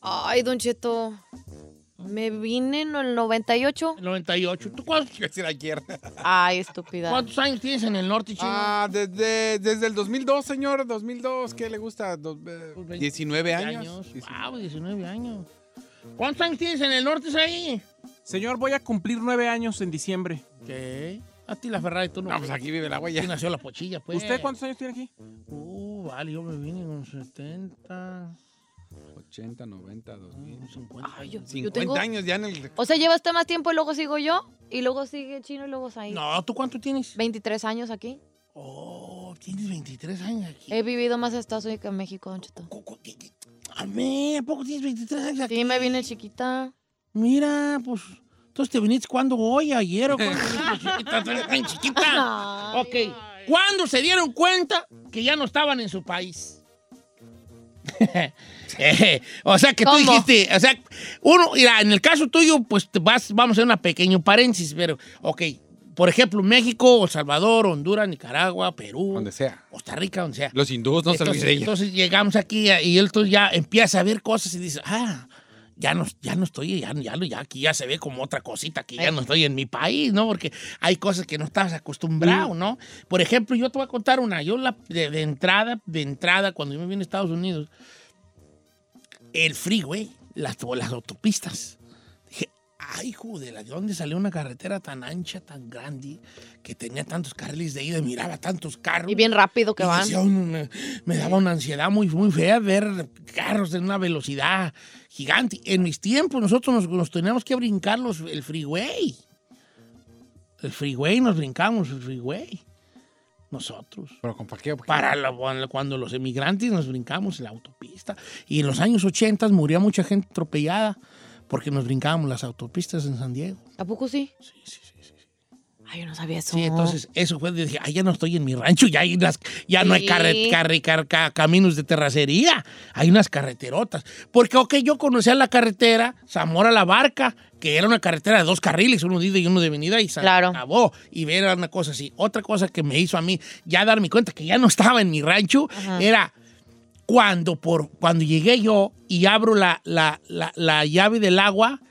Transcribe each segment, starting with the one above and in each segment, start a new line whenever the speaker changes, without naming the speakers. Ay, Don Cheto. Me vine en el 98.
98. ¿Tú cuántos,
Iba a decir ayer.
Ay, estúpida.
cuántos años tienes en el norte, chino?
Ah, desde, desde el 2002, señor. 2002. ¿Qué le gusta? Dos- eh,
Pues
Pues
19 años.
Wow, 19 años. ¿Cuántos años tienes en el norte, ahí?
Señor, voy a cumplir nueve años en diciembre.
¿Qué? A ti la Ferrari, tú no.
No, pues aquí vive la
Aquí
huella.
nació la pochilla, pues.
¿Usted cuántos años tiene aquí?
Uh, vale, yo me vine con 70,
80, 90, 2000.
Ah.
con 50.
Ay, yo, yo
50
tengo...
años ya en el...
O sea, lleva usted más tiempo y luego sigo yo. Y luego sigue Chino y luego Saí.
No, ¿tú cuánto tienes?
23 años aquí.
Oh, tienes 23 años aquí.
He vivido más Estados Unidos que en México, Don Cheto.
Cu- cu- qué- qué- A mí, ¿a poco tienes 23 años aquí?
Sí, me vine chiquita.
Mira, pues. Entonces te viniste cuando hoy, ayer o cuándo? chiquita, tú eres tan chiquita.
Ay,
ok. ¿Cuándo se dieron cuenta que ya no estaban en su país? Eh, o sea, que tú
¿Cómo?
dijiste, o sea, uno, mira, en el caso tuyo, pues te vas, vamos a hacer una pequeño paréntesis, pero, ok, por ejemplo, México, El Salvador, Honduras, Nicaragua, Perú,
Donde sea.
Costa Rica, donde sea.
Los hindúes no se
entonces,
olviden de ella.
entonces llegamos aquí eh, y él tú ya empieza a ver cosas y dice, ah, ya no, ya no estoy, ya, ya, no- ya aquí ya se ve como otra cosita, que ya no estoy en mi país, ¿no? Porque hay cosas que no estás
Mm.
acostumbrado, ¿no? Por ejemplo, yo te voy a contar una, yo la, de, de entrada, de entrada, cuando yo me vine a Estados Unidos, el freeway, las, las autopistas. Dije, ay, joder, ¿de dónde salió una carretera tan ancha, tan grande, que tenía tantos carriles de ida, y miraba tantos carros?
Y bien rápido que
Y
van.
decía uno, me, eh, me daba una ansiedad muy, muy fea ver carros en una velocidad gigante. En mis tiempos nosotros nos, nos teníamos que brincar los, el freeway. El freeway, nos brincamos el freeway. Nosotros.
Pero con parqueo. porque-
Para la- cuando- cuando los emigrantes nos brincamos en la autopista. Y en los años 80 moría mucha gente atropellada porque nos brincábamos las autopistas en San Diego.
¿A poco sí?
Sí, sí, sí.
Ay, yo no sabía eso.
Sí, entonces eso fue, dije, ay, ya no estoy en mi rancho, ya, hay las, ya no hay
Sí.
carre- carre- car- ca- caminos de terracería, hay unas carreterotas. Porque, ok, yo conocía la carretera Zamora-La Barca, que era una carretera de dos carriles, uno de ida y uno de venida, y se
Claro.
acabó. Y ver una cosa así. Otra cosa que me hizo a mí ya darme cuenta que ya no estaba en mi rancho
Ajá.
era cuando, por, cuando llegué yo y abro la, la- la- la llave del agua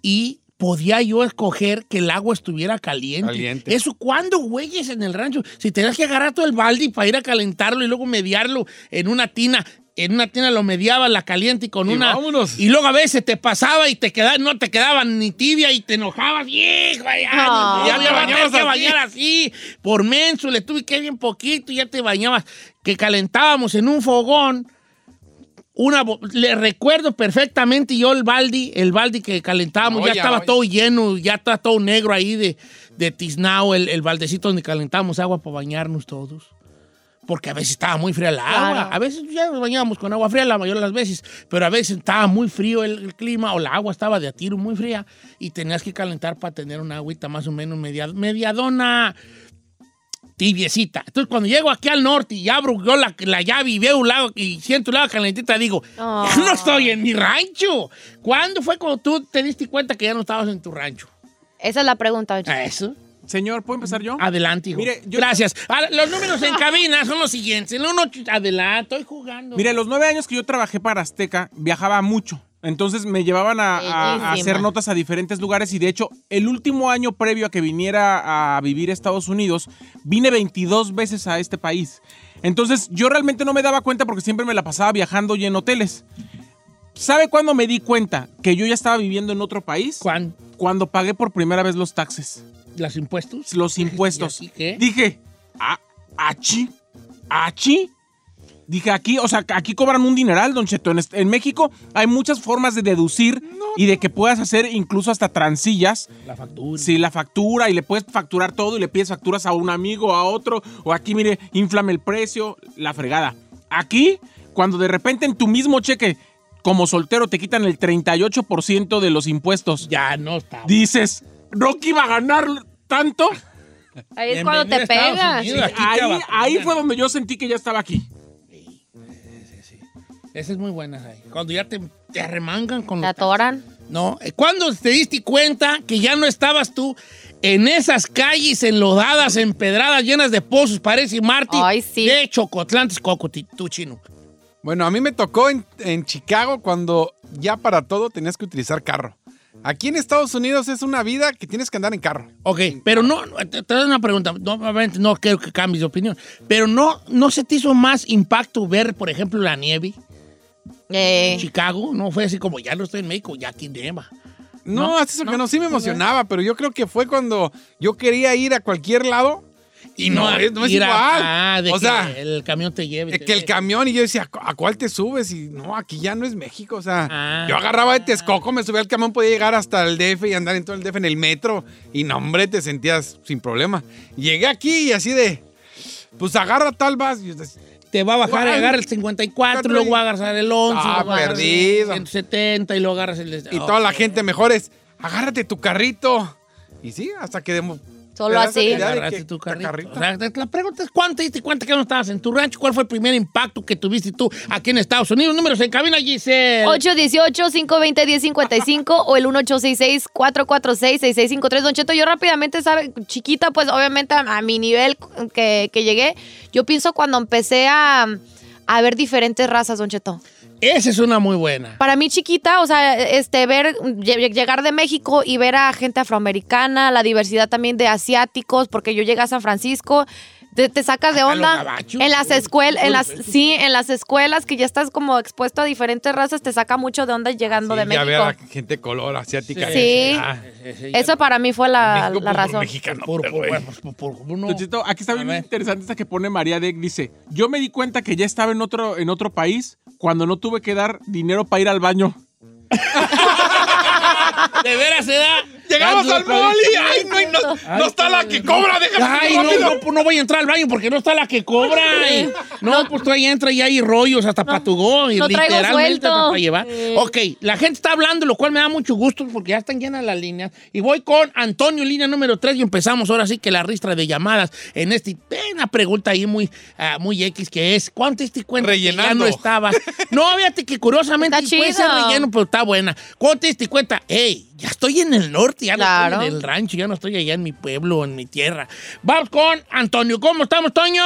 y podía yo escoger que el agua estuviera caliente.
Caliente.
¿Eso cuándo, güeyes, en el rancho? Si tenías que agarrar todo el balde para ir a calentarlo y luego mediarlo en una tina. En una tina lo mediaba la caliente y con
Y
una...
vámonos.
Y luego a veces te pasaba y te quedaba, no te quedaban ni tibia y te enojabas. ¡Hijo! ay,
Ah.
ay, ya
Ya
te bañabas
te bañabas
que
así.
bañar así. Por menso, le tuve que bien poquito y ya te bañabas. Que calentábamos en un fogón una bo- le recuerdo perfectamente yo el baldi, el baldi que calentábamos, ya
Olla,
estaba
olla.
todo lleno, ya estaba todo negro ahí de, de tiznao, el, el baldecito donde calentábamos agua para bañarnos todos. Porque a veces estaba muy fría la agua.
Claro.
A veces ya nos bañábamos con agua fría la mayoría de las veces, pero a veces estaba muy frío el, el clima o la agua estaba de a tiro muy fría y tenías que calentar para tener una agüita más o menos media, mediadona tibiecita. Entonces, cuando llego aquí al norte y abro yo la, la llave y veo un lado y siento un lado calentita, digo,
Ah.
ya no estoy en mi rancho. ¿Cuándo fue cuando tú te diste cuenta que ya no estabas en tu rancho?
Esa es la pregunta, Don Cheto.
¿A Eso.
Señor, ¿puedo empezar yo?
Adelante, hijo.
Mire, yo-
Gracias. Ahora, los números en cabina son los siguientes. El uno, adelante, estoy jugando.
Mire, los nueve años que yo trabajé para Azteca, viajaba mucho. Entonces me llevaban a, a- a
Bellísima.
hacer notas a diferentes lugares y de hecho el último año previo a que viniera a vivir a Estados Unidos, vine 22 veces a este país. Entonces yo realmente no me daba cuenta porque siempre me la pasaba viajando y en hoteles. ¿Sabe cuándo me di cuenta que yo ya estaba viviendo en otro país?
¿Cuán?
Cuando pagué por primera vez los taxes
¿Los impuestos?
los impuestos.
¿Y aquí qué?
Dije, ah, achi, achi. Dije, aquí, o sea, aquí cobran un dineral, Don Cheto. En, est- en México hay muchas formas de deducir y de que puedas hacer incluso hasta transillas.
La factura.
Si la factura y le puedes facturar todo y le pides facturas a un amigo, a otro, o aquí, mire, inflame el precio, la fregada. Aquí, cuando de repente en tu mismo cheque, como soltero, te quitan el 38% de los impuestos,
Ya no estaba.
dices, Rocky va a ganar tanto.
Ahí es cuando te
Bienvenido a Estados
pegas.
Unidos. Aquí te
Ahí,
vacunan.
ahí fue donde yo sentí que ya estaba aquí.
Esa es muy buena, Ray. Cuando ya te, te arremangan con
Te
los
atoran.
No, eh, ¿cuándo te diste cuenta que ya no estabas tú en esas calles enlodadas, empedradas, llenas de pozos, paredes y Martí?
Ay, sí.
De Chocotlantes, Cocotí, tú chino.
Bueno, a mí me tocó en, en Chicago cuando ya para todo tenías que utilizar carro. Aquí en Estados Unidos es una vida que tienes que andar en carro.
Ok, pero no, te, te doy una pregunta, no, obviamente no quiero que cambies de opinión, pero no, ¿no se te hizo más impacto ver, por ejemplo, la nieve en
Eh,
Chicago? No fue así como, ya no estoy en México, ya aquí nieva.
No,
No,
hasta eso que
no,
no, sí me emocionaba, pero yo creo que fue cuando yo quería ir a cualquier lado y no, es, no es
ir a-
igual.
ah, de
o
que
sea, eh,
el camión te lleve.
que el camión y yo decía, "¿A cu- ¿a cuál te subes? Y no, aquí ya no es México, o sea,
Ah.
yo agarraba de Texcoco, me subía al camión, podía llegar hasta el DF y andar en todo el DF en el metro y no, hombre, te sentías sin problema. Llegué aquí y así de, pues agarra tal vas. Y yo decía,
Te va a bajar y
Ay.
agarra el 54,
Cuatro
luego
y-
va a agarrar el 11,
Ah,
luego agarras el
perdido.
170 y luego agarras el...
y toda la
Ok.
gente mejor es, agárrate tu carrito. Y sí, hasta que... demo-
Solo
te das
así.
la idea de
Agarraste
que-
tu
la
carrito.
carrita.
O sea, la pregunta es, ¿cuánto te diste cuenta que no estabas en tu rancho? ¿Cuál fue el primer impacto que tuviste tú aquí en Estados Unidos? Números en cabina, Giselle.
818-520-1055 o el 1866-446-6653. Don Cheto, yo rápidamente, ¿sabe? Chiquita, pues obviamente a, a mi nivel que, que llegué, yo pienso cuando empecé a, a ver diferentes razas, Don Cheto.
Esa es una muy buena.
Para mí, chiquita, o sea, este, ver, lle- llegar de México y ver a gente afroamericana, la diversidad también de asiáticos, porque yo llegué a San Francisco. Te, te sacas de
Hasta
onda
los gabachos.
en las
Uy,
escuelas, en
uy,
las
uy.
sí, en las escuelas que ya estás como expuesto a diferentes razas, te saca mucho de onda llegando de
Sí, ya ver
México.
a gente de color asiática.
Sí.
Ah,
Eso para mí fue la,
México,
la
pues,
razón.
mexicano,
Por, por,
güey.
por- por- por- no.
Don Cheto, aquí está
A
bien
ver.
interesante esta que pone María Deck. Dice, yo me di cuenta que ya estaba en otro, en otro país cuando no tuve que dar dinero para ir al baño.
De veras, ¿eh? se da.
Llegamos al mall y ay, no, y no,
Ay,
no está la que cobra, déjame
Ay, no,
rápido.
no, pues, no voy a entrar al baño porque no está la que cobra. Y- no, pues tú ahí entras y hay rollos hasta para tu go, y
no traigo
literalmente
suelto.
hasta para llevar. Ok, la gente está hablando, lo cual me da mucho gusto porque ya están llenas las líneas. Y voy con Antonio, línea número 3, y empezamos ahora sí que la ristra de llamadas en este. eh, Una pregunta ahí muy, ah, muy X que es: ¿Cuánto te cuenta que ya
Rellenando.
no estabas? No, fíjate que curiosamente
Está
puede ser
chido.
relleno, pero pues, está buena. ¿Cuánto te cuenta? ¡Ey! Ya estoy en el norte, ya no
Claro.
estoy en el rancho, ya no estoy allá en mi pueblo, en mi tierra. Vamos con Antonio. ¿Cómo estamos, Toño?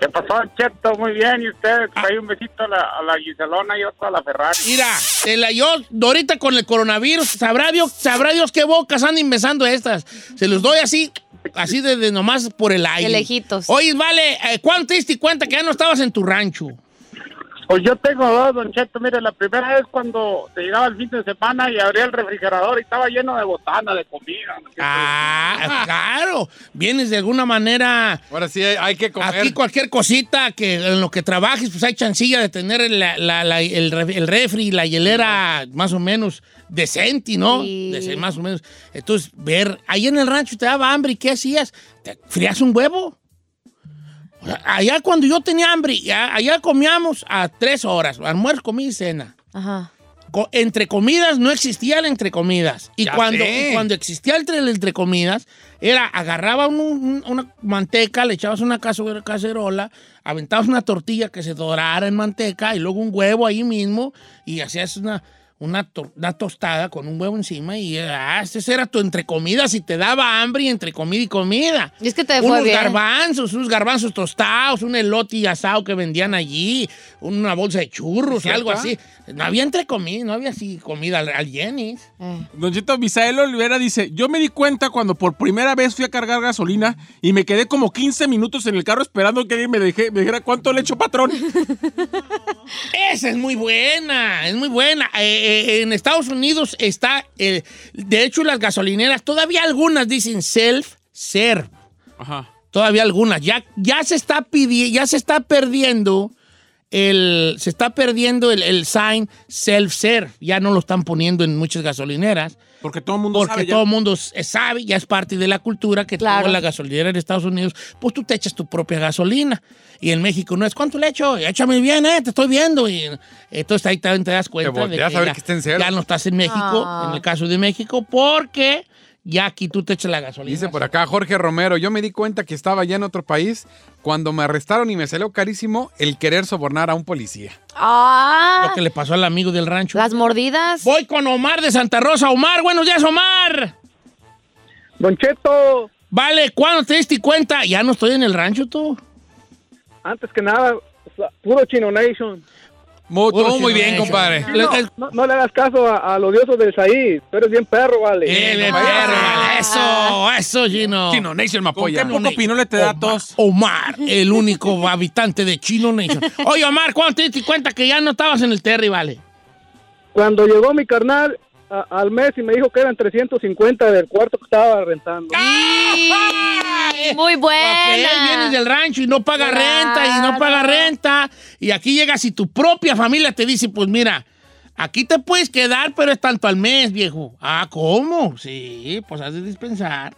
¿Qué pasó, Cheto? Muy bien, ¿y ustedes? Hay un besito a la, a la Giselona y otro a la Ferrari.
Mira, te la yo ahorita con el coronavirus, sabrá Dios, sabrá Dios qué bocas andan besando estas. Se los doy así, así de, de nomás por el aire.
De lejitos.
Oye, vale, eh, ¿cuánto te diste cuenta que ya no estabas en tu rancho?
Pues yo tengo dos, Don Cheto. Mire, la primera es cuando se llegaba el fin de semana y abría el refrigerador y estaba lleno de botana, de comida.
Ah, claro. Vienes de alguna manera
Ahora sí hay, hay que comer.
Aquí cualquier cosita que en lo que trabajes, pues hay chancilla de tener la- la- la- el, ref- el refri y la hielera más o menos decente, ¿no?
Sí.
Dece- más o menos. Entonces, ver, ahí en el rancho te daba hambre y ¿qué hacías? ¿Te frías un huevo? O sea, Allá cuando yo tenía hambre, ya- allá comíamos a tres horas, almuerzo, comida y cena.
Ajá.
Co- entre comidas no existía el entre comidas. Y
Ya
cuando,
sé.
y cuando existía el, entre- el entre comidas, era agarraba un- un- una manteca, le echabas una cazo- cacerola, aventabas una tortilla que se dorara en manteca y luego un huevo ahí mismo y hacías una, una, to- una tostada con un huevo encima y ah, ese era tu entre comidas y te daba hambre y entre comida y comida.
Y es que te fue
Unos
bien.
garbanzos, unos garbanzos tostados, un elote y asado que vendían allí, una bolsa de churros,
¿Cierto?
algo así. No había entre comida, no había así comida al, al Jenny's.
Eh.
Don Cheto Misael Olivera dice, yo me di cuenta cuando por primera vez fui a cargar gasolina y me quedé como 15 minutos en el carro esperando que alguien me, deje- me dijera cuánto le echo patrón.
Esa es muy buena, es muy buena. Eh, eh, en Estados Unidos está, eh, de hecho, las gasolineras, todavía algunas dicen self-serve.
Ajá.
Todavía algunas. Ya, ya se está pidi- ya se está perdiendo el. Se está perdiendo el, el sign self-serve. Ya no lo están poniendo en muchas gasolineras.
Porque todo el mundo
Porque
sabe ya.
todo el mundo s- eh, sabe, ya es parte de la cultura que
Claro.
tuvo la gasolinera en Estados Unidos, pues tú te echas tu propia gasolina. Y en México no es cuánto le echo, échame bien, eh, te estoy viendo. Y entonces ahí también te das cuenta de que,
volteas a ver
ya,
que está en cero.
ya no estás en México,
Ah.
en el caso de México, porque ya aquí tú te echas la gasolina.
Dice por acá Jorge Romero, yo me di cuenta que estaba ya en otro país cuando me arrestaron y me salió carísimo el querer sobornar a un policía.
Ah,
Lo que le pasó al amigo del
Ah.
rancho.
las mordidas.
Voy con Omar de Santa Rosa. Omar, buenos días, Omar.
Don Cheto,
Vale, ¿cuándo te diste cuenta? Ya no estoy en el rancho tú.
antes que nada, puro Chino Nation.
Muy, todo
Puro
muy bien,
Generation.
compadre.
Le- el-
No, no le hagas caso a, a los diosos del Saí. Tú eres bien perro,
Eh,
vale.
el- el- el- Eso, eso, Gino.
Chino Nation me
¿Con
apoya.
qué poco pinole te da
Omar-
tos?
Omar, el único habitante de Chino Nation. Oye, Omar, ¿cuándo te diste cuenta que ya no estabas en el Terry, vale?
Cuando llegó mi carnal a- al mes y me dijo que eran 350 del cuarto que estaba rentando.
Sí, muy buena.
Porque él viene del rancho y no paga
Claro.
renta y no paga renta. Y aquí llegas y tu propia familia te dice, pues mira, aquí te puedes quedar, pero es tanto al mes, viejo. Ah, ¿cómo? Sí, pues has de dispensar.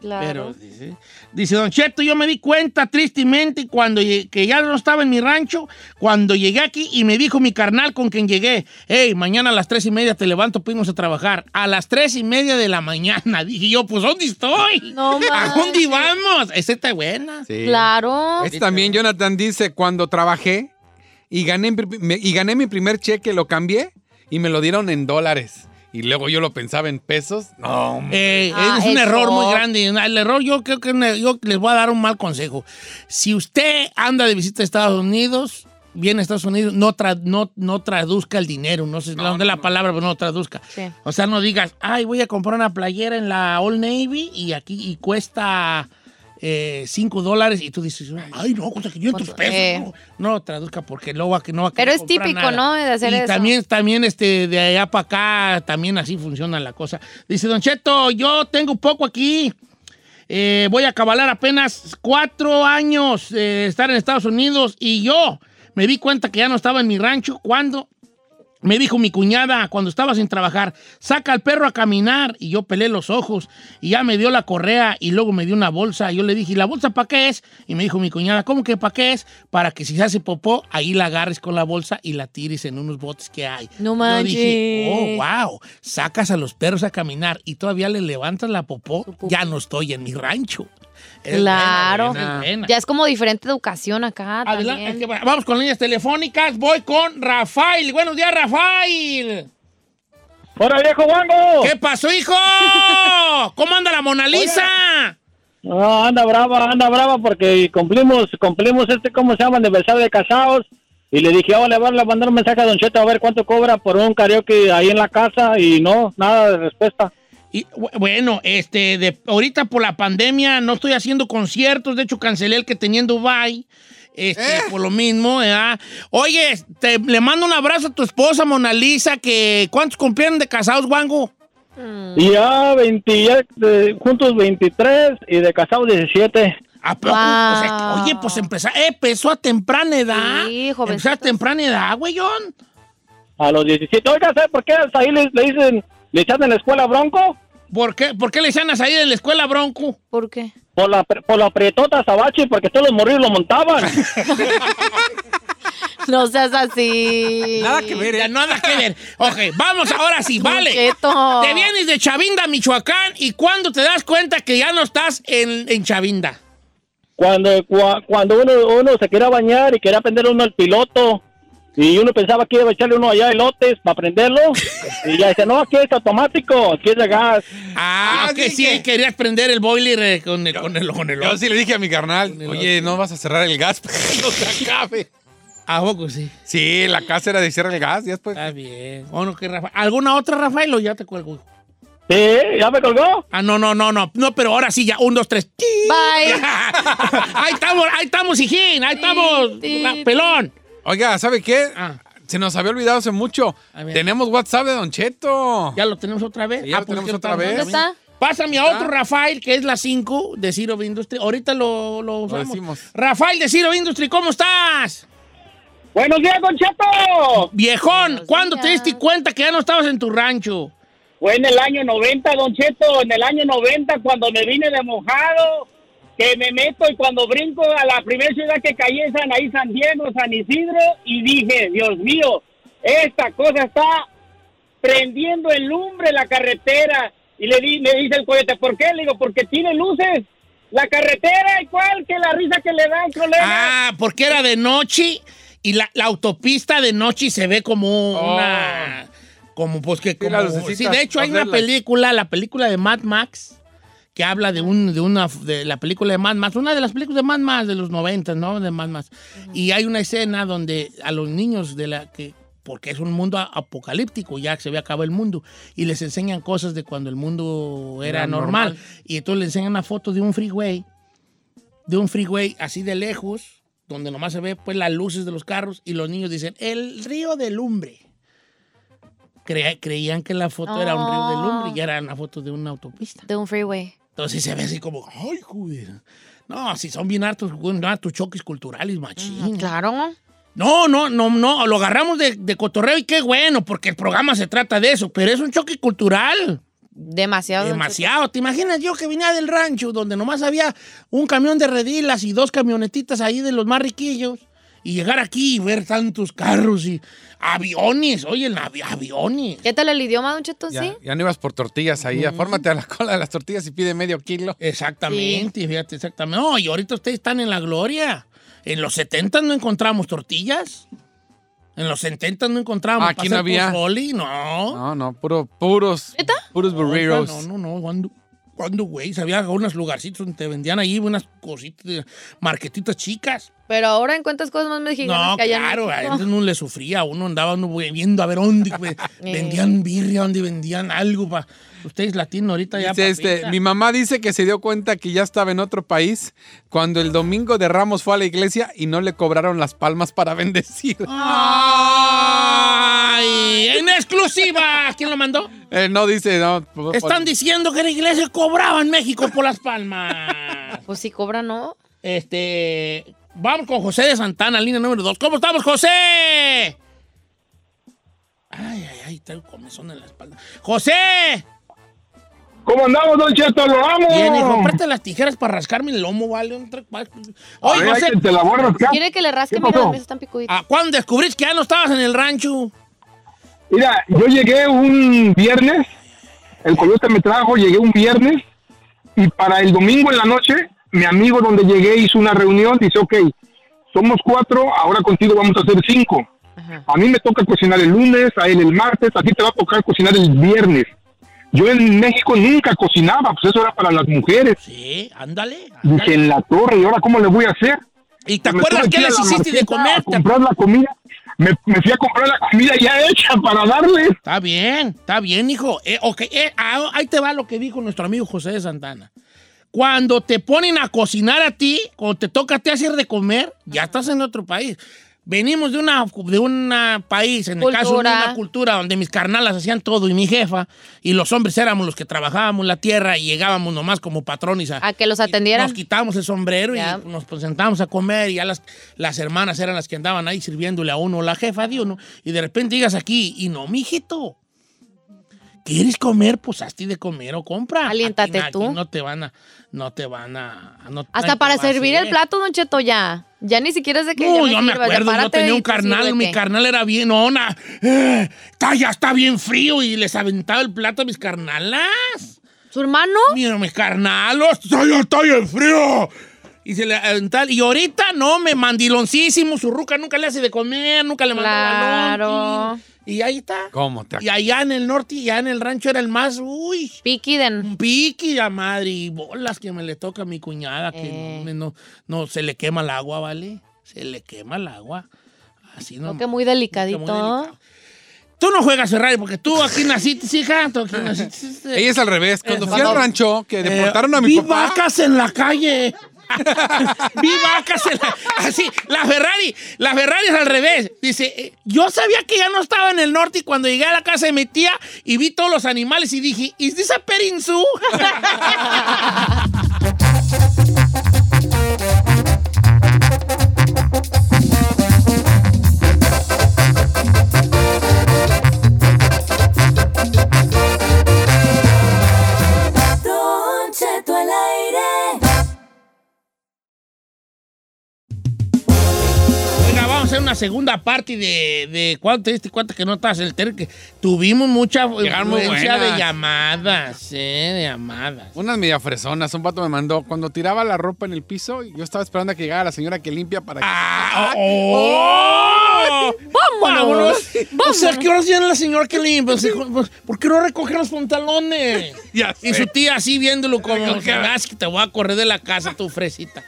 Pero
Claro.
dice, dice Don Cheto, yo me di cuenta tristemente cuando lle- que ya no estaba en mi rancho, cuando llegué aquí y me dijo mi carnal con quien llegué, hey, mañana a las tres y media te levanto, pimos a trabajar. A las tres y media de la mañana. Dije yo, pues ¿dónde estoy?
No
¿A
manches.
dónde vamos? Esa está buena.
Sí.
Claro.
Este también Jonathan dice, cuando trabajé y gané, mi pri- me- y gané mi primer cheque, lo cambié y me lo dieron en dólares. Y luego yo lo pensaba en pesos. No, hombre.
Eh,
Ah,
es un
eso.
error muy grande. El error, yo creo que ne- yo les voy a dar un mal consejo. Si usted anda de visita a Estados Unidos, viene a Estados Unidos, no, tra- no, no traduzca el dinero. No sé dónde la palabra, pero no traduzca.
Sí.
O sea, no digas, ay, voy a comprar una playera en la Old Navy y aquí y cuesta 5 dólares y tú dices, ay, no, cuesta 500
¿Cuánto?
pesos.
Eh.
No, no, traduzca porque luego va, que no va a
Pero
querer
es
comprar nada.
típico, ¿no? De hacer
y
eso.
también, también este, de allá para acá, también así funciona la cosa. Dice, Don Cheto, yo tengo poco aquí. Eh, voy a cabalar apenas cuatro años eh, de estar en Estados Unidos y yo me di cuenta que ya no estaba en mi rancho cuando me dijo mi cuñada cuando estaba sin trabajar, saca al perro a caminar y yo pelé los ojos y ya me dio la correa y luego me dio una bolsa. Y yo le dije, ¿y la bolsa para qué es? Y me dijo mi cuñada, ¿cómo que para qué es? Para que si se hace popó, ahí la agarres con la bolsa y la tires en unos botes que hay.
No
Yo dije, oh,
manches.
wow, sacas a los perros a caminar y todavía le levantas la popó,
Su popó.
ya no estoy en mi rancho. Es buena,
Claro.
buena, buena.
Ya es como diferente educación acá.
Adelante,
también.
es que va- vamos con líneas telefónicas. Voy con Rafael. Buenos días, Rafael.
¡Hola, viejo guango!
¿Qué pasó, hijo? ¿Cómo anda la Mona Lisa?
No, anda brava, anda brava porque cumplimos, cumplimos este, ¿cómo se llama? Aniversario de casados. Y le dije, ahora le voy a mandar un mensaje a Don Cheto a ver cuánto cobra por un karaoke ahí en la casa y no, nada de respuesta.
Y, bu- bueno, este, de, ahorita por la pandemia no estoy haciendo conciertos. De hecho, cancelé el que tenía en Dubai. Este, por lo mismo, ¿verdad? Oye, te- le mando un abrazo a tu esposa, Mona Lisa, que ¿cuántos cumplieron de casados, Wango?
Y ya, 20, ya, eh, juntos 23 y de casados 17.
¿A poco?
Wow.
O sea, oye, pues empezó, empezó a temprana edad.
Sí,
empezó a
jovencitos.
temprana edad, güeyón.
A los 17. Oiga, ¿sabe por qué hasta ahí le, le dicen, le echan en la escuela bronco?
¿Por qué, ¿Por qué le echan a salir de la escuela, bronco?
¿Por qué?
Por la, pre- por la prietota Sabachi, porque todos los morrillos lo montaban.
No seas así.
Nada que ver,
Ya
¿eh?
nada que ver. Ok, vamos ahora sí,
Don
vale.
Cheto.
Oh.
Te vienes de Chavinda, Michoacán, y cuando te das cuenta que ya no estás en, en Chavinda.
cuando cua- cuando uno, uno se quería bañar y quería aprender uno el piloto y uno pensaba que iba a echarle uno allá elotes para prenderlo y ya dice no aquí es automático aquí es de gas
Ah,
Ah,
que
sí
sí,
que-
querías prender el boiler eh, con el, con el, con el-
Yo sí le dije a mi carnal, oye, no vas a cerrar el gas para que no se acabe.
Ah, poco sí.
Sí, la casa era de cierra el gas, ya pues. después.
Está bien. Bueno, que Rafa- ¿Alguna otra, Rafael, o ya te cuelgo? hijo?
sí ya me colgó
Ah, no, no, no, no. No, pero ahora sí, ya. Un, dos, tres.
Bye.
ahí estamos, ahí estamos, hijín. Ahí estamos.
ti,
Ra-
ti.
Pelón.
Oiga, ¿sabe qué?
Ah.
Se nos había olvidado hace mucho.
A ver.
Tenemos WhatsApp de Don Cheto.
Ya lo tenemos otra vez.
Sí, ya lo
pues,
tenemos
¿qué
otra
tal?
vez.
¿Dónde está?
Pásame a otro Rafael, que es la 5 de Ciro Industry. Ahorita lo, lo usamos.
decimos.
Rafael de Ciro Industry, ¿cómo estás?
buenos días don Cheto
Viejón,
Buenos
¿cuándo te
días.
diste cuenta que ya no estabas en tu rancho?
fue en el año 90 don Cheto en el año 90 cuando me vine de mojado que me meto y cuando brinco a la primera ciudad que caí es San- ahí San Diego San Isidro y dije Dios mío esta cosa está prendiendo el lumbre la carretera. Y le di, me dice el cohete, ¿por qué? Le digo, porque tiene luces. La carretera, igual que la risa que le da el problema.
Ah, porque era de noche y la, la autopista de noche se ve como
Oh.
una... Como pues que...
las
Como,
lucecitas,
sí, de hecho hay una
ponerlas.
película, la película de Mad Max, que habla de, un, de una de la película de Mad Max, una de las películas de Mad Max de los 90, ¿no? De Mad Max. Y hay una escena donde a los niños de la que porque es un mundo a- apocalíptico, ya se ve acabado el mundo, y les enseñan cosas de cuando el mundo era,
Era
normal.
normal.
Y entonces le enseñan una foto de un freeway, de un freeway así de lejos, donde nomás se ve pues las luces de los carros, y los niños dicen, el río de lumbre. Cre- creían que la foto era un río de lumbre y ya era una foto de una autopista.
de un freeway.
Entonces se ve así como, ay, joder. No, si son bien hartos, güey, hartos choques culturales, machín.
Ah, Claro.
No, no, no, no, lo agarramos de, de cotorreo y qué bueno, porque el programa se trata de eso, pero es un choque cultural.
Demasiado.
Demasiado. ¿Te imaginas yo que venía del rancho donde nomás había un camión de redilas y dos camionetitas ahí de los más riquillos? Y llegar aquí y ver tantos carros y aviones, oye, el avi- aviones.
¿Qué tal el idioma, Don Cheto?
Ya,
Sí.
ya no ibas por tortillas ahí.
Mm.
Afórmate a la cola de las tortillas y pide medio kilo.
Exactamente, fíjate, exactamente. No, y ahorita ustedes están en la gloria. En los 70 no encontramos tortillas. En los 70 no encontramos para
Aquí no
hacer
había.
pozole, no.
No, no, puro, puros.
¿Neta?
Puros burritos.
No, no, no. ¿Cuándo, cuándo, güey? Había unos lugarcitos donde te vendían ahí unas cositas, de- marquetitas chicas.
Pero ahora encuentras cosas más mexicanas
No,
que allá en
claro, a
México.
antes uno le sufría, uno andaba uno viendo a ver dónde güey, vendían birria, dónde vendían algo. pa- Ustedes latinos ahorita ya.
Dice, este,
papita.
mi mamá dice que se dio cuenta que ya estaba en otro país cuando el domingo de Ramos fue a la iglesia y no le cobraron las palmas para bendecir.
Ah. ¡Ay! ¡En exclusiva! ¿Quién lo mandó?
Eh, no dice, no. pues, por-
Están
por-
diciendo que la iglesia cobraba en México por las palmas.
Pues sí, cobra, ¿no?
Este. Vamos con José de Santana, línea número 2. ¿Cómo estamos, José? Ay, ay, ay, traigo comezón en la espalda. ¡José!
¿Cómo andamos, Don Cheto? ¡Lo amo!
Bien, hijo, presta las tijeras para rascarme el lomo, vale. Un tra-
A
Oye,
ver,
José,
que te la voy a rascar.
Quiere que le rasque,
¿Qué
mira,
pasó?
las mesas están picuditas.
¿a cuándo descubrís que ya no estabas en el rancho?
Mira, yo llegué un viernes, el coyote me trajo, llegué un viernes y para el domingo en la noche, mi amigo donde llegué hizo una reunión, dice, ok, somos cuatro, ahora contigo vamos a hacer cinco.
Ajá.
A mí me toca cocinar el lunes, a él el martes, a ti te va a tocar cocinar el viernes. Yo en México nunca cocinaba, pues eso era para las mujeres.
Sí, ándale. ándale.
Dice, en la torre, ¿y ahora cómo le voy a hacer?
¿Y te
Me
acuerdas
tuve
qué
que ir a
les
la
hiciste de
marqueta
comer?
A comprar la comida. Me, me fui a comprar la comida ya hecha para darles.
Está bien, está bien, hijo. Eh, ok, eh, ah, ahí te va lo que dijo nuestro amigo José de Santana. Cuando te ponen a cocinar a ti, cuando te toca a ti hacer de comer, ya estás en otro país. Venimos de una de un país, en el caso de
Cultura.
una cultura donde mis carnalas hacían todo y mi jefa, y los hombres éramos los que trabajábamos la tierra y llegábamos nomás como patrones a,
A que los atendieran.
nos quitábamos el sombrero
Ya.
y nos presentamos a comer y ya las, las hermanas eran las que andaban ahí sirviéndole a uno, la jefa de uno, y de repente llegas aquí y no, mijito. ¿Quieres comer? Pues hazte de comer o compra.
Aliéntate
Aquí na-
tú.
aquí no te van a, no te van a. no- nadie
Hasta
te
para
va a
servir el
hacer.
plato, Don Cheto, ya. Ya ni siquiera es de que.
No,
ya
yo me
sirvas, ya
acuerdo, yo
párate
tenía
y
un
tú
carnal, mi
sírvete.
carnal era bien ona. Eh, está, ya está bien frío y les aventaba el plato a mis carnalas.
¿Su hermano?
Mira, mis carnalos, ya ya está bien frío. Y, se le, aventaba- y ahorita no, me mandiloncísimo, su ruca nunca le hace de comer, nunca le mandaba
Claro.
lonche. Y ahí está.
¿Cómo te
Y allá en el norte, y allá en el rancho era el más, uy,
Piqui de.
un piqui, la madre, y bolas que me le toca a mi cuñada, que
Eh.
no, me- no, no, se le quema el agua, ¿vale? Se le quema el agua. Así no.
no, que muy delicadito.
Tú no juegas Ferrari porque tú aquí naciste, hija. Tú aquí naciste. eh,
Ella es al revés. Cuando fui al
Cuando-
rancho, que
Eh,
deportaron a mi
vi
papá.
vacas en la calle. vi vacas en la... Así, la Ferrari, la Ferrari es al revés. Dice, eh, yo sabía que ya no estaba en el norte y cuando llegué a la casa de mi tía y vi todos los animales y dije, ¿is this a petting zoo?"
Don Cheto al aire.
Venga, vamos hacer una segunda parte de, de cuánto te diste cuenta que no estabas en el ter que tuvimos mucha
Llegaron muy
influencia de
buenas.
llamadas, eh, de llamadas.
Unas media fresonas, un vato me mandó. Cuando tiraba la ropa en el piso, yo estaba esperando a que llegara la señora que limpia para que.
¡Ah! ¡Oh!
¡Vámonos!
O sea, ¿qué horas viene la señora que limpia? O sea, pues, ¿Por qué no recoge los pantalones?
Ya
Y
sé.
su tía así viéndolo como que "Vas, que te voy a correr de la casa, tu fresita.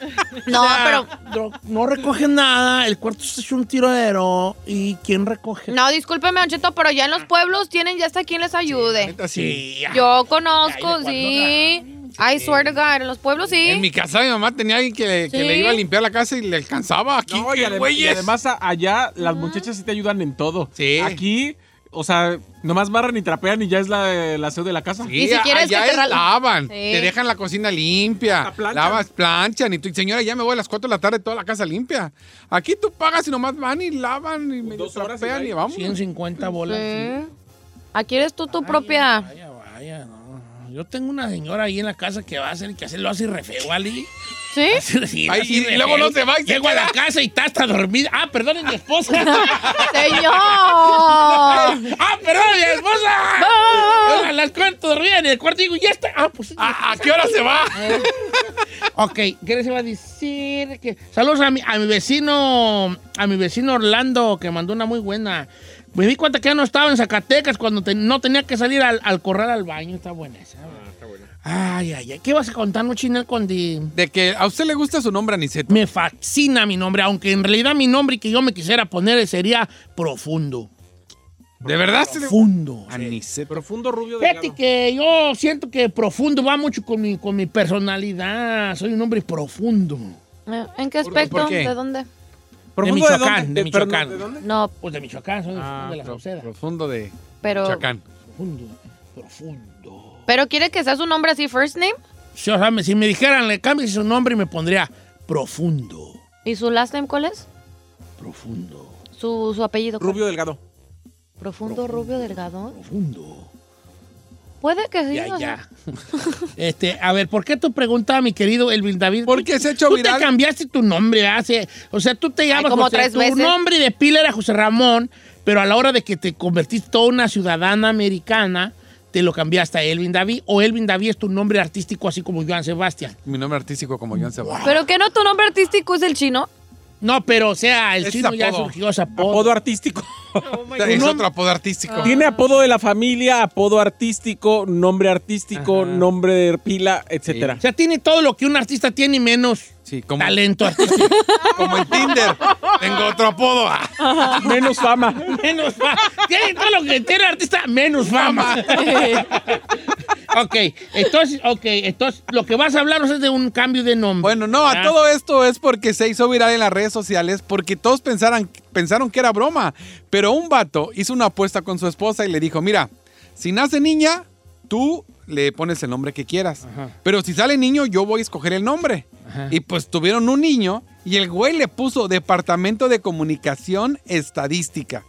No,
O sea,
pero
No, no recoge nada, el cuarto es un tiradero. ¿Y quién recoge?
No, discúlpeme, Don Cheto, pero ya en los pueblos tienen ya hasta quien les ayude.
Neta, sí.
Sí. ah.
Yo conozco,
Ay, de
sí. I swear to God, en los pueblos
En
sí.
mi casa mi mamá tenía alguien que, le- que
Sí.
le iba a limpiar la casa y le alcanzaba aquí.
No, y,
¿qué
adem- y
güeyes?
además a- allá las muchachas sí te ayudan en todo.
Sí.
Aquí, o sea, nomás barran y trapean y ya es la, la aseo de la casa.
Sí,
Y si quieres
allá
que te
es
ral-
lavan,
Sí.
te dejan la cocina limpia,
La planchan.
lavas, planchan y tú, señora, ya me voy a las 4 de la tarde toda la casa limpia. Aquí tú pagas y nomás van y lavan y me
Dos horas y
trapean y,
ya.
vamos.
150 bolas.
Sí.
sí.
Aquí eres tú tu propia.
Vaya, vaya, no. Yo tengo una señora ahí en la casa que va a hacer que hace, lo hace re feo, Ali.
¿Sí?
Sí,
Ay,
así
y
re
luego
feo.
no se va y se
Llego a la
queda.
casa y está hasta dormida. Ah, perdón, es mi esposa.
¡Señor!
¡Ah, perdón, mi esposa!
No.
Yo la- las cuento dormida en el cuarto y digo, ya está. Ah, pues.
Ah. ¿A, a qué hora se va?
Ok, ¿qué les iba a decir? Que... Saludos a mi, a mi vecino, a mi vecino Orlando, que mandó una muy buena. Me di cuenta que ya no estaba en Zacatecas cuando te- no tenía que salir al, al corral al baño. Está buena esa.
Ah,
Ay, ay, ay. ¿Qué vas a contar, no, Chinel, con di-
De que a usted le gusta su nombre, Aniseta.
Me fascina mi nombre, aunque en realidad mi nombre que yo me quisiera poner sería Profundo.
¿De verdad? se le- Ah,
Profundo.
Aniseta.
Profundo rubio de
Fíjate que yo siento que Profundo va mucho con mi, con mi personalidad. Soy un hombre profundo.
¿En qué aspecto?
por qué?
¿De dónde?
¿Profundo
de Michoacán,
dónde? Eh,
de
perdón,
Michoacán.
¿De dónde?
No,
Pues de Michoacán, soy de-
Ah,
de la Sauceda.
Profundo de
pero.
Chacán.
Profundo, profundo.
¿Pero quiere que sea su nombre así, first name?
Sí, o sea, me- si me dijeran, le cambie su nombre y me pondría profundo,
¿Y su last name cuál es?
profundo,
Su, su apellido. ¿cuál?
Rubio delgado.
Profundo Rubio Delgado.
profundo.
Puede que sí.
Ya,
no sé.
ya. este, a ver, ¿por qué tú preguntas, mi querido Elvin David?
Porque se ha hecho
Tú
viral.
te cambiaste tu nombre, hace, o sea, tú te llamas
como
José-
tres
tu
veces.
nombre de pila era José Ramón, pero a la hora de que te convertiste toda una ciudadana americana, te lo cambiaste a Elvin David o Elvin David es tu nombre artístico así como Joan Sebastián.
Mi nombre artístico como Joan Sebastián.
¿Pero que no tu nombre artístico es el chino?
No, pero o sea, el
Es
chino ya
apodo.
surgió ese apodo.
Apodo artístico.
es
nombre-
otro apodo artístico.
Oh. Tiene apodo de la familia, apodo artístico, nombre artístico, nombre de pila, etcétera.
O sea, tiene todo lo que un artista tiene y menos
Sí, como,
talento artístico.
como en Tinder. Tengo otro apodo. Ah.
Menos fama.
menos fama. Tiene todo lo que tiene artista, menos fama. ok, entonces, ok, entonces, lo que vas a hablarnos es de un cambio de nombre. Ah.
Bueno, no, a
¿verdad?
todo esto es porque se hizo viral en las redes sociales porque todos pensaran, pensaron que era broma. Pero un vato hizo una apuesta con su esposa y le dijo, mira, si nace niña, tú le pones el nombre que quieras.
Ajá. Ah.
Pero si sale niño, yo voy a escoger el nombre.
Ajá.
Y pues tuvieron un niño y el güey le puso Departamento de Comunicación Estadística.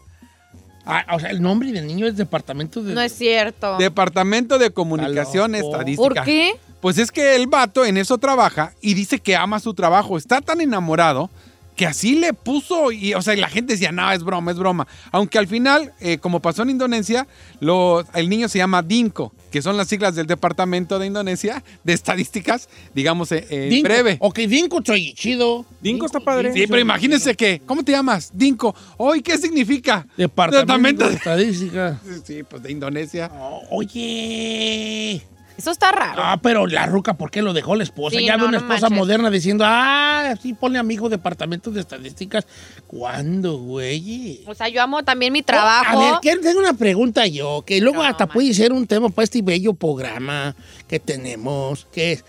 Ah, o sea, el nombre del niño es departamento Mm. de.
No es cierto.
Departamento de Comunicación
Está loco.
Estadística.
¿Por qué?
Pues es que el vato en eso trabaja y dice que ama su trabajo. Está tan enamorado que así le puso. Y, o sea, y la gente decía, no, es broma, es broma. Aunque al final, eh, como pasó en Indonesia, los- el niño se llama Dinko, que son las siglas del Departamento de Indonesia de Estadísticas, digamos, eh, eh, en
Dinko. Oh,
breve.
Ok, Dinko soy chido.
Dinko está padre.
Sí, pero imagínense que, ¿cómo te llamas? Dinko. Hoy, ¿qué significa?
Departamento de
de...
Estadística.
Sí, pues de Indonesia.
Oh, oye.
Eso está raro.
Ah, pero la ruca, ¿por qué lo dejó la esposa?
Sí,
ya
no,
ve una
no
esposa
manches.
moderna diciendo, ah, sí, ponle amigo departamento de estadísticas. ¿Cuándo, güey?
O sea, yo amo también mi trabajo.
Oh, A ver, quiero- tengo una pregunta yo, que luego
No,
hasta
man.
puede ser un tema para este bello programa que tenemos, que es,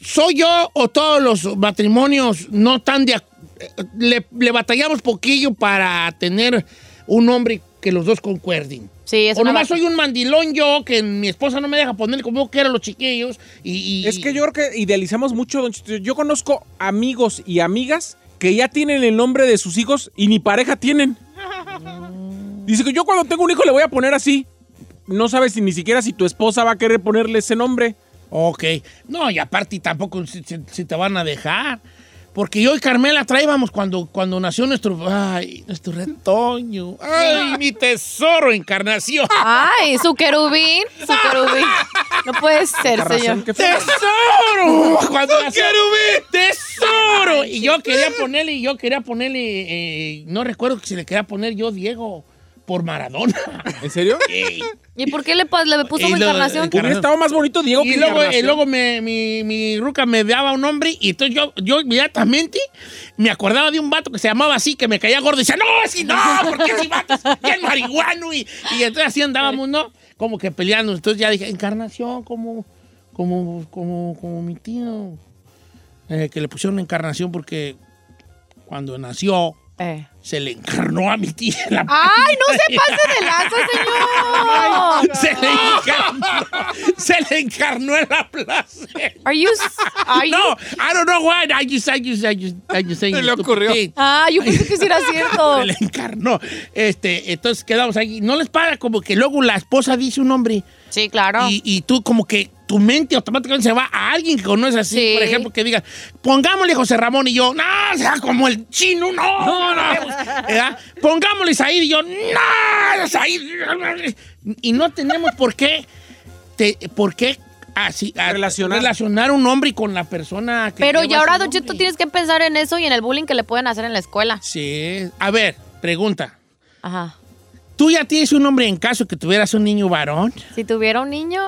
¿soy yo o todos los matrimonios no tan de... ac- eh, Le, le batallamos poquillo para tener un hombre que los dos concuerden?
Sí, es
o
una
nomás
vaca.
soy un mandilón yo, que mi esposa no me deja ponerle como yo quiero a los chiquillos. Y, y-
Es que yo creo que idealizamos mucho, don Chito. Yo conozco amigos y amigas que ya tienen el nombre de sus hijos y ni pareja tienen.
Mm.
Dice que yo cuando tengo un hijo le voy a poner así. No sabes si ni siquiera si tu esposa va a querer ponerle ese nombre.
Ok. No, y aparte tampoco si, si- si te van a dejar. Porque yo y Carmela traíamos cuando, cuando nació nuestro. Ay, nuestro retoño. Ay, mi tesoro, encarnación.
Ay, su querubín, su querubín. No puede ser, señor.
¡Tesoro! Cuando nació, Ah. ¡Tesoro! Y yo quería ponerle, y yo quería ponerle, eh, no recuerdo si le quería poner yo Diego por Maradona.
¿En serio?
Ey.
¿Y por qué le, pas- le
Y
puso
eh,
su
lo-
encarnación?
Encarnación.
Hubiera estado más bonito Diego que
Y luego, y
Encarnación.
luego me- mi, mi ruca me daba un hombre y entonces yo, yo inmediatamente me acordaba de un vato que se llamaba así, que me caía gordo y decía, no, si no, porque ese vato es bien marihuano y, y entonces así andábamos, ¿no? Como que peleando. Entonces ya dije, encarnación, como, como, como, como mi tío, eh, que le pusieron encarnación porque cuando nació
Eh.
se le encarnó a mi tía en la
¡Ay, no se pase de lazo, señor!
se le encarnó, se le encarnó en la plaza.
Are you, s- are you-
No, I don't know why. I just, I just, I just, I just saying
Se le
stupid
ocurrió.
thing.
Ah, yo pensé que sí era cierto.
Se le encarnó. Este, entonces quedamos ahí. No les para como que luego la esposa dice un nombre
Sí, claro.
y, y tú como que tu mente automáticamente se va a alguien que conoces así.
Sí.
Por ejemplo, que diga, pongámosle José Ramón y yo, no, o sea, como el chino, no, no, no. ¿Verdad? Pongámosle Said y yo, no, Said. Y no tenemos por qué, te- por qué así, a-
Relacionar.
relacionar un hombre con la persona que
Pero
lleva
ya ahora,
ese
Don Cheto,
nombre.
tienes que pensar en eso y en el bullying que le pueden hacer en la escuela.
Sí. A ver, pregunta.
Ajá.
¿Tú ya tienes un nombre en caso que tuvieras un niño varón?
Si tuviera un niño.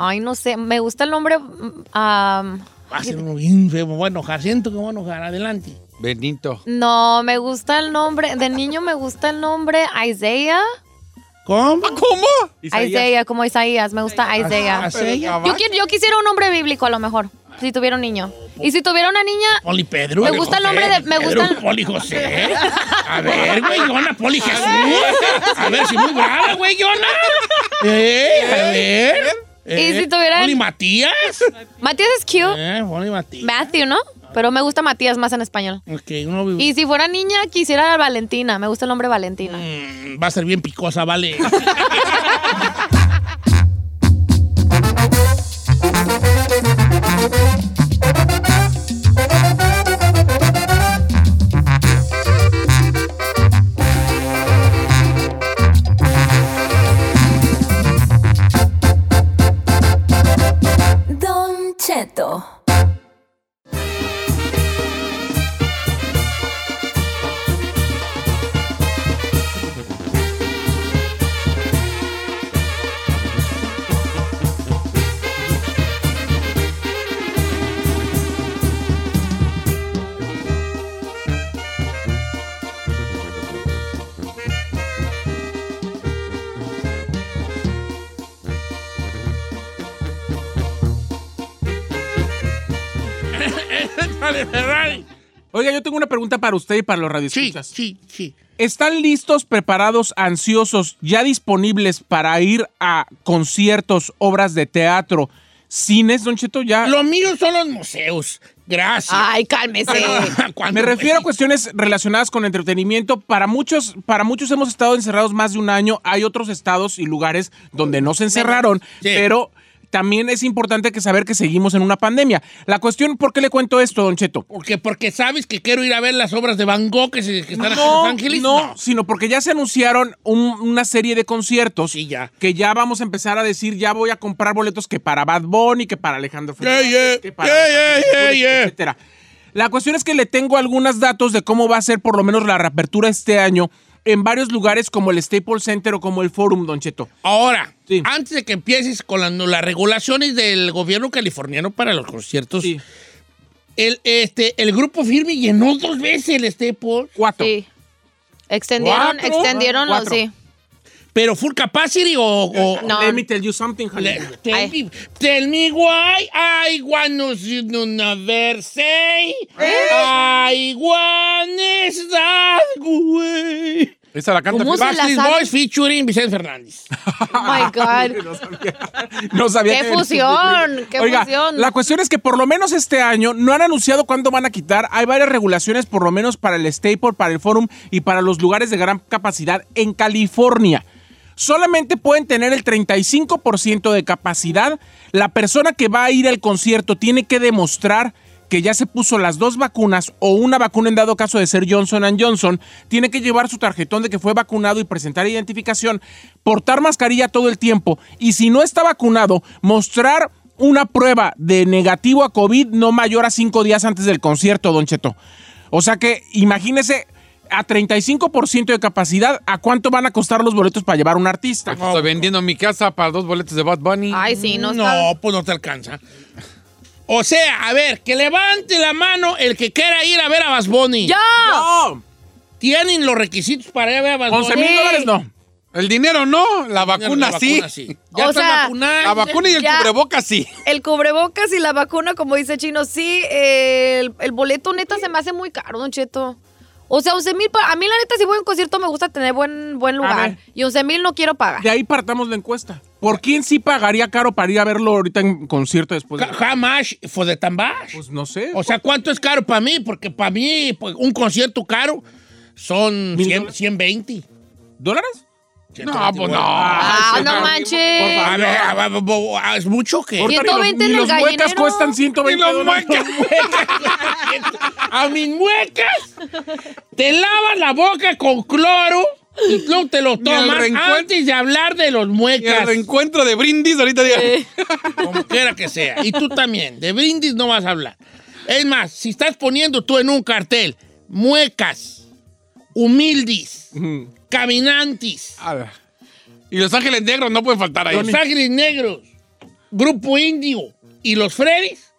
Ay, no sé. Me gusta el nombre. mm, am,
Va a ser uno bien feo, me voy a enojar. Siento que me voy a enojar. Adelante.
Benito.
no, me gusta el nombre. De niño me gusta el nombre Isaiah.
¿Cómo?
¿Cómo?
Isaías, como Isaías. Me gusta Isaiah.
Isaias.
Yo, qui- yo quisiera un nombre bíblico a lo mejor. Si tuviera un niño. Y si tuviera una niña.
Poli Pedro.
Me gusta el
José,
nombre de- me
Pedro,
gusta el-
Poli José. A ver, güey, Yona, Poli Jesús. A ver si muy brava, güey, Yona. Eh, a ver.
¿Y
Eh,
si tuvieran-
Poli Matías.
Matías es cute.
Eh, Poli Matías.
Matthew, ¿no? Pero me gusta Matías más en español.
Ok, uno vive-
Y si fuera niña, quisiera a Valentina. Me gusta el nombre Valentina.
Mm, va a ser bien picosa, vale.
Don Cheto.
Dale, Ferrari.
Oiga, yo tengo una pregunta para usted y para los
Sí,
radioescuchas.
sí, sí.
¿Están listos, preparados, ansiosos, ya disponibles para ir a conciertos, obras de teatro, cines, Don Cheto? Ya
Lo mío son los museos. Gracias.
Ay, cálmese.
Cuando-
Me refiero pues, a cuestiones relacionadas con entretenimiento. Para muchos, para muchos hemos estado encerrados más de un año. Hay otros estados y lugares donde no se encerraron,
Sí.
pero también es importante que saber que seguimos en una pandemia. La cuestión, ¿por qué le cuento esto, Don Cheto?
Porque, porque sabes que quiero ir a ver las obras de Van Gogh que, se- que están aquí en
No,
Los Ángeles.
no, sino porque ya se anunciaron un- una serie de conciertos
Sí, ya.
que ya vamos a empezar a decir, ya voy a comprar boletos que para Bad Bunny, que para Alejandro
Yeah,
Fernández,
yeah,
que para
yeah,
Alejandro
yeah,
Fernández,
yeah, yeah.
etcétera. La cuestión es que le tengo algunos datos de cómo va a ser por lo menos la reapertura este año en varios lugares como el Staples Center o como el Forum, Don Cheto.
Ahora,
Sí.
antes de que empieces con las, las regulaciones del gobierno californiano para los conciertos,
Sí,
el, este, el grupo firme llenó dos veces este, el Staples,
cuatro.
Sí. Extendieron,
¿Cuatro?
extendieron los,
Cuatro.
sí.
pero full capacity o... o-
No.
Let me tell you something,
Le-
Jalil.
tell,
Ay.
me, tell me why I want to never say
¿Eh?
I want is that way.
Esa la canta.
¿Cómo se la
Backstreet
sabe?
Boys featuring Vicente Fernández.
Oh my God.
No sabía. No sabía
¡Qué
que-
fusión! ¡Qué
Oiga,
fusión!
La cuestión es que por lo menos este año no han anunciado cuándo van a quitar. Hay varias regulaciones, por lo menos para el Staple, para el Forum y para los lugares de gran capacidad en California. Solamente pueden tener el 35% de capacidad. La persona que va a ir al concierto tiene que demostrar que ya se puso las dos vacunas o una vacuna en dado caso de ser Johnson Johnson, tiene que llevar su tarjetón de que fue vacunado y presentar identificación, portar mascarilla todo el tiempo y si no está vacunado, mostrar una prueba de negativo a COVID no mayor a cinco días antes del concierto, Don Cheto. O sea que imagínese a 35% de capacidad, ¿a cuánto van a costar los boletos para llevar a un artista?
Aquí estoy vendiendo mi casa para dos boletos de Bad Bunny.
Ay, sí, no,
No,
está-
pues no te alcanza. O sea, a ver, que levante la mano el que quiera ir a ver a Basboni.
¡Ya!
No,
Tienen los requisitos para ir a ver a Bad Bunny?
11 mil dólares no.
El dinero no, la
La
vacuna sí.
vacuna Ya
O
están
sea,
vacunados.
La vacuna y el
Ya.
cubrebocas sí.
El cubrebocas y la vacuna, como dice Chino, sí, eh, el, el boleto neta se me hace muy caro, Don Cheto. O sea, 11 mil, pa- a mí la neta si voy a un concierto me gusta tener buen, buen lugar.
ver.
Y 11 mil no quiero pagar.
De ahí partamos la encuesta. ¿Por quién sí pagaría caro para ir a verlo ahorita en concierto después? de-
Ca- How much for the tambash?
Pues no sé.
O sea, ¿cuánto es caro para mí? Porque para mí pues, un concierto caro son
¿Mil
100,
dólares?
120.
¿Dólares?
No, pues no.
Ah,
Ay,
no
señor.
manches.
Por
A
favor.
ver, a ver, bo- bo- ah, ¿es mucho que?
Ahorita ni
120
ni
en el
los muecas
gallinero.
cuestan 120
Y los
dólares.
A mis muecas te lavas la boca con cloro y luego te lo
Ni al
tomas
reencuentro.
antes de hablar de los
Y el
muecas.
reencuentro de brindis ahorita diga.
Como quiera que sea. Y tú también. De brindis no vas a hablar. Es más, si estás poniendo tú en un cartel muecas, humildis, caminantes,
Ah, Y Los Ángeles Negros no pueden faltar ahí.
los Ángeles Negros, Grupo Indio y los Freddy's,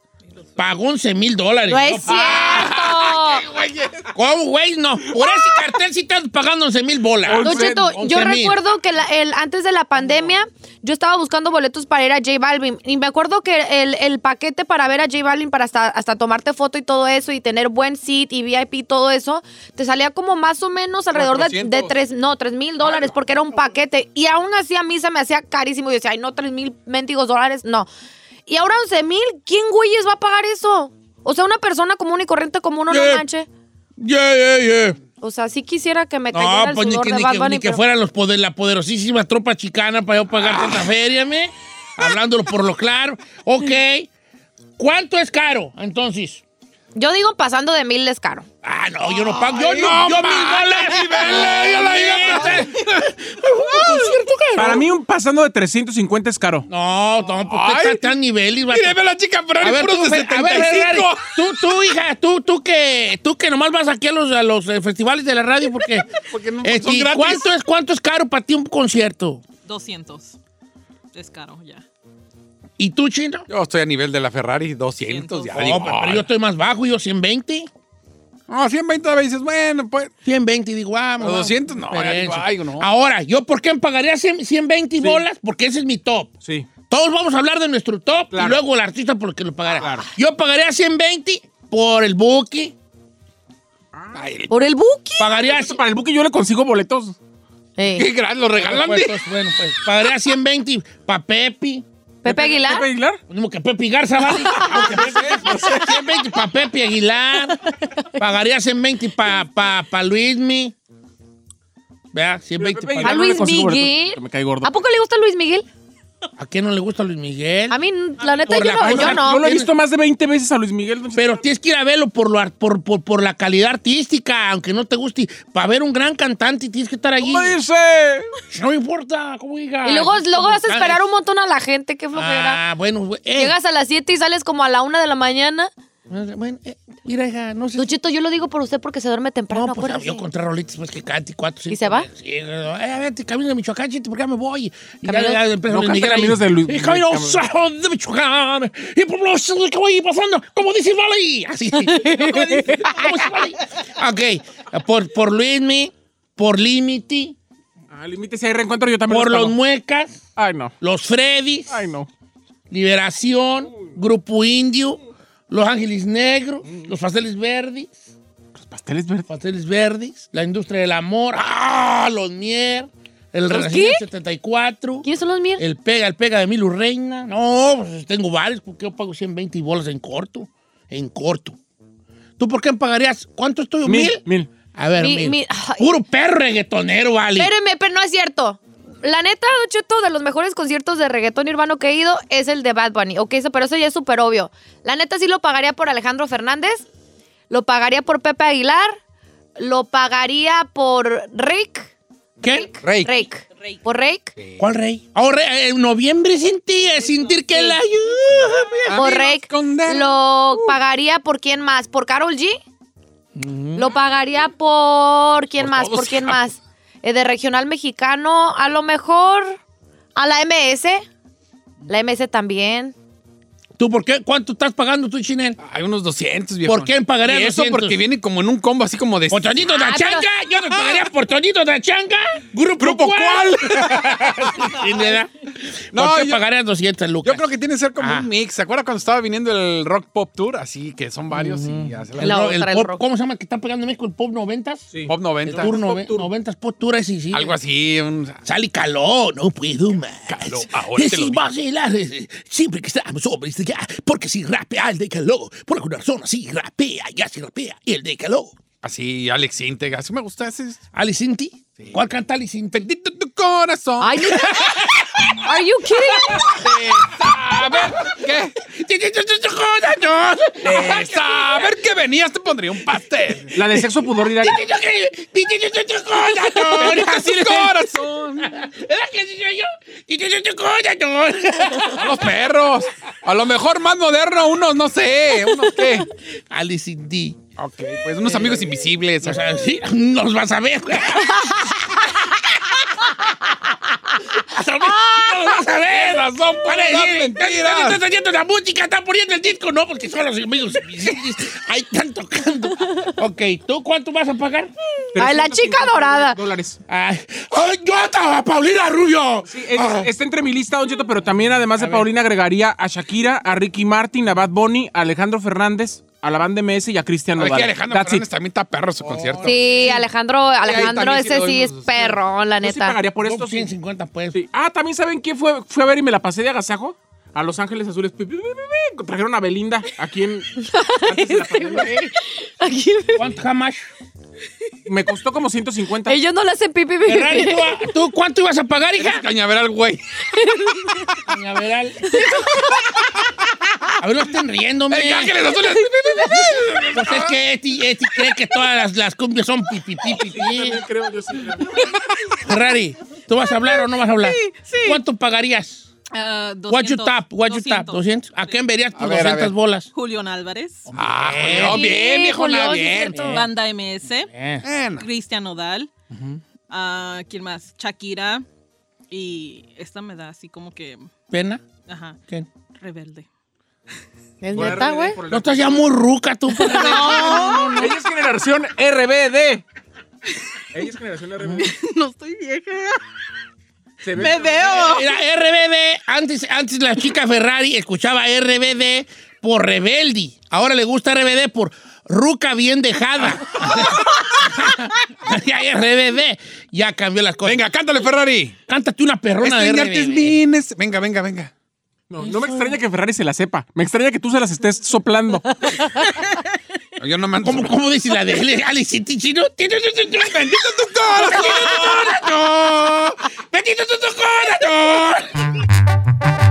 pagó 11 mil dólares.
¡No es
No,
cierto!
¿Cómo, güey? No. Por ese cartel sí estás pagando 11 mil bolas.
Don Cheto, yo
11,000.
recuerdo que la- el, antes de la pandemia yo estaba buscando boletos para ir a J Balvin y me acuerdo que el, el paquete para ver a J Balvin, para hasta, hasta tomarte foto y todo eso y tener buen seat y VIP y todo eso, te salía como más o menos alrededor de,
400.
de tres, no, tres mil dólares porque era un paquete y aún así a mí se me hacía carísimo. Yo decía, ay no, tres mil mendigos dólares, no. Y ahora 11 mil, ¿quién güeyes va a pagar eso? O sea, una persona común y corriente como uno
Yeah.
no manche.
Yeah, yeah, yeah.
O sea, sí quisiera que me cayera
No,
el
pues ni
sudor
que,
de
ni
Bad
que-
Bunny,
ni que
pero-
fueran los poder, la poderosísima tropa chicana para yo
Ah.
pagar tanta feria, me. Hablándolo por lo claro. Ok. ¿Cuánto es caro? Entonces.
Yo digo pasando de mil es caro.
Ah, no, yo no pago. Yo no,
no
yo mil
pagas,
dólares. pues, eh.
vele, yo la
Neta.
Para mí un pasando de 350 es caro.
No, no, pues usted
Ay.
está tan niveles. vato.
Mire, ve a la chica Ferrari,
A ver,
puros
tú,
de
Fer- a ver, Ferrari,
75.
tú, tú, hija, tú, tú que, tú que nomás vas aquí a los, a los eh, festivales de la radio porque,
Porque no-
Este,
son
¿y
gratis.
¿cuánto es, cuánto es caro para ti un concierto?
200. Es caro, ya.
¿Y tú, Chino?
Yo estoy a nivel de la Ferrari, 200. Ya
No,
digo,
pero yo estoy más bajo, yo 120.
No, 120 veces, bueno, pues.
120, digo, ah,
Pero 200 no,
pero
ya digo,
eso.
ay, no.
Ahora, ¿yo por qué me pagaría 100, 120 bolas? Porque ese es mi top.
Sí.
Todos vamos a hablar de nuestro top y
Claro.
luego el artista por el que lo pagará.
Claro.
Yo pagaría 120 por el buque.
Eh. ¿Por el buki?
Pagaría
Para el buque yo le consigo boletos.
Qué gran, lo regalan.
Bueno,
di.
pues, bueno, pues, pagaría 120 para Pepe.
Pepe Aguilar.
¿Pepe Aguilar?
Como que Pepe Garza, ¿vale?
Ah,
Aunque
pues,
Pepe- 120 para Pepe Aguilar. Pagaría 120 para pa, pa Luismi. Vea, 120
Pepe
para...
Aguilar.
Aguilar no le
Luis
consigo boletos
Miguel.
porque Me cae gordo.
¿A poco le gusta Luis Miguel?
¿A quién no le gusta Luis Miguel?
A mí, la neta,
Por
yo,
la
no,
cosa-
yo no.
Yo lo he
tiene-
visto más de 20 veces a Luis Miguel. don Cheto.
Pero tienes que ir a verlo por, lo ar- por, por, por la calidad artística, aunque no te guste. Para ver un gran cantante tienes que estar allí.
¿Cómo dice?
No importa, como diga.
Y luego, luego vas a esperar un montón a la gente, qué flojera.
Ah, bueno, güey, eh,
Llegas a las 7 y sales como a la 1 de la mañana.
Bueno, eh, mira, hija, no sé.
Don Cheto, yo lo digo por usted porque se duerme temprano,
No, pues
acuérdese.
yo contra rolitas, pues que cante cuatro, cinco.
se va?
Sí, eh, a ver, te camino de Michoacán, chiste, porque ya me voy. Y ya,
Camino-
ya empieza
No
Luis
canta
Miguel
Caminos
ahí.
de Luis-
Y camino
Cam-
sal de Michoacán, y por los cielos que voy pasando, como dice el Valley. Así, como dice como dice el Valley. Ok, por, por Luismi, por Limiti,
Ah, límite si hay reencuentro yo también
por
los
los
pago.
Muecas,
Ay, no.
los Freddy's,
Ay, no.
Liberación, Grupo Indio, Los Ángeles Negros, Los Pasteles Verdes.
Los pasteles verdes.
Pasteles Verdes, la industria del amor, ¡ah! los Mier, el
¿Los
Renacimiento
qué?
74,
¿Quiénes son los míos?
el Pega, el Pega de Milu Reina. No, pues tengo varios, porque yo pago 120 bolas en corto, en corto. ¿Tú por qué me pagarías? ¿Cuánto estoy? ¿Mil?
Mil. Mil.
A ver,
Mi-
mil.
mi- ay.
Puro perro reggaetonero, vale.
Espéreme, pero no es cierto. La neta, Don Cheto, de los mejores conciertos de reggaetón urbano que he ido es el de Bad Bunny. Ok, eso- pero eso ya es súper obvio. La neta sí lo pagaría por Alejandro Fernández, lo pagaría por Pepe Aguilar, lo pagaría por Rick.
¿Qué?
Rake.
Rake.
Rake.
Por Rake.
¿Cuál rey? Ahora, eh, en noviembre sentí, eh, sentir que la ayuda.
Por
Amigos
Rake.
con dedos.
Lo pagaría por quién más? ¿Por Carol G? Lo pagaría por quién
Por
más?
todos,
¿Por quién
ah.
más? Eh, de regional mexicano, a lo mejor a la MS. La MS también.
¿Tú por qué? ¿Cuánto estás pagando tú, Chinel?
Hay unos 200, viejo.
¿Por qué pagaría
Y eso
200?
porque viene como en un combo así como de...
¿Por Tonito
Ah,
da Changa? ¿Yo no pagaría por Tonito da Changa? ¿Grupo,
¿Grupo cuál?
Sí, ¿verdad?
No,
¿Por qué
yo-
pagarías 200 lucas?
Yo creo que tiene que ser como
Ah.
un mix. ¿Se acuerda cuando estaba viniendo el Rock Pop Tour? Así que son varios y hace la...
El,
La
ro-
otra,
el
el
pop-
rock.
¿Cómo se llama que está pegando en México? ¿El Pop 90?
Sí.
Pop 90.
Tour
Pop
nove- 90 Pop Tour, ese sí.
Algo así, un...
Sale calor, no puedo más.
Calor, ahora te lo
Sí,
digo.
vacilar, eh, siempre que estamos sobre este ya, porque si rapea el de calor, por alguna razón así rapea, ya si rapea el de calor.
Así, Alex Integ. Así me gusta ese...
¿Alicinti? ¿Cuál canta Alicinti?
Bendito tu corazón.
Ay, no- Are you kidding?
A ver, ¿qué? De saber que venías te pondría un pastel.
La de sexo pudor dirá.
Así tu corazón. A los perros. A lo mejor más moderno, unos no sé. Unos qué.
Alicinti.
Ok, pues unos amigos invisibles.
O sea, sí, nos vas a ver. ¡No vas a ver!
razón,
Para
puras
decir,
mentiras.
"Están- están haciendo la música, están poniendo el disco, no, porque son los amigos. Ahí están tocando. Ok, ¿tú cuánto vas a pagar?
Mm.
Ay, la chica dorada.
Dólares.
Ay, ay, yo hasta a Paulina Rubio.
Sí, es- está entre mi lista, Don Cheto, pero también además de Paulina agregaría a Shakira, a Ricky Martin, a Bad Bunny, a Alejandro Fernández, a la banda MS y a Cristian
Es
Nodal.
que Alejandro
That's it.
Fernández también está perro su concierto.
Sí, Alejandro, Alejandro,
también sí
ese
le doy
sí es
unos-
perro, la
Yo sí
neta.
pagaría por
Por
esto.
esto
sí.
150 pesos.
Sí. Ah, también saben quién fue, fue a ver y me la pasé de agasajo. A Los Ángeles Azules. Pi, pi, pi, pi, pi. Trajeron a Belinda aquí en. antes de la pandemia.
Aquí-
¿Cuánto jamás?
Me costó como 150.
Ellos no le hacen pipi.
Ferrari, ¿tú, ah. a- ¿tú cuánto ibas a pagar, hija?
Cañaveral, güey.
Cañaveral. A ver, no estén riéndome.
El Ángeles Azules.
Pues es que Eti, Eti cree que todas las, las cumbias son pipi, pipi, pipi.
Yo creo, yo sí.
Ferrari, ¿tú vas a hablar o no vas a hablar?
sí.
¿Cuánto pagarías?
Ah,
What you
200,
tap, what you tap, 200. ¿A quién verías por 200 bolas?
Julián Álvarez,
Ah, Julián,
Sí,
bien, viejo,
Julián,
nada,
sí es
bien.
cierto.
Banda MS,
Eh.
Bueno.
Cristian Nodal, ah, ¿quién más? Shakira y esta me da así como que,
¿Pena?
ajá,
¿Quién?
rebelde.
Es neta, güey.
No estás ya muy ruca tú.
No, Ella es generación RBD. Ella es generación RBD.
no estoy vieja.
Se ve.
Me veo.
Era RBD, antes, antes la chica Ferrari escuchaba RBD por Rebeldi. Ahora le gusta RBD por Ruca bien dejada. ya hay RBD. Ya cambió las cosas.
Venga, cántale, Ferrari.
Cántate una perrona
Este
de
arte es
RBD.
bien, es- Venga, venga, venga.
No, no me extraña que Ferrari se la sepa. Me extraña que tú se las estés soplando.
Yo no mando.
¿Cómo, ¿Cómo dice la de Alice Tichino?
¡Bendito tu corazón!
corazón! ¡Bendito tu corazón!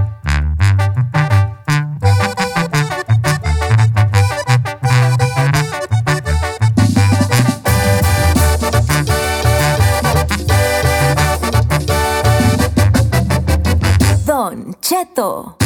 Don Cheto.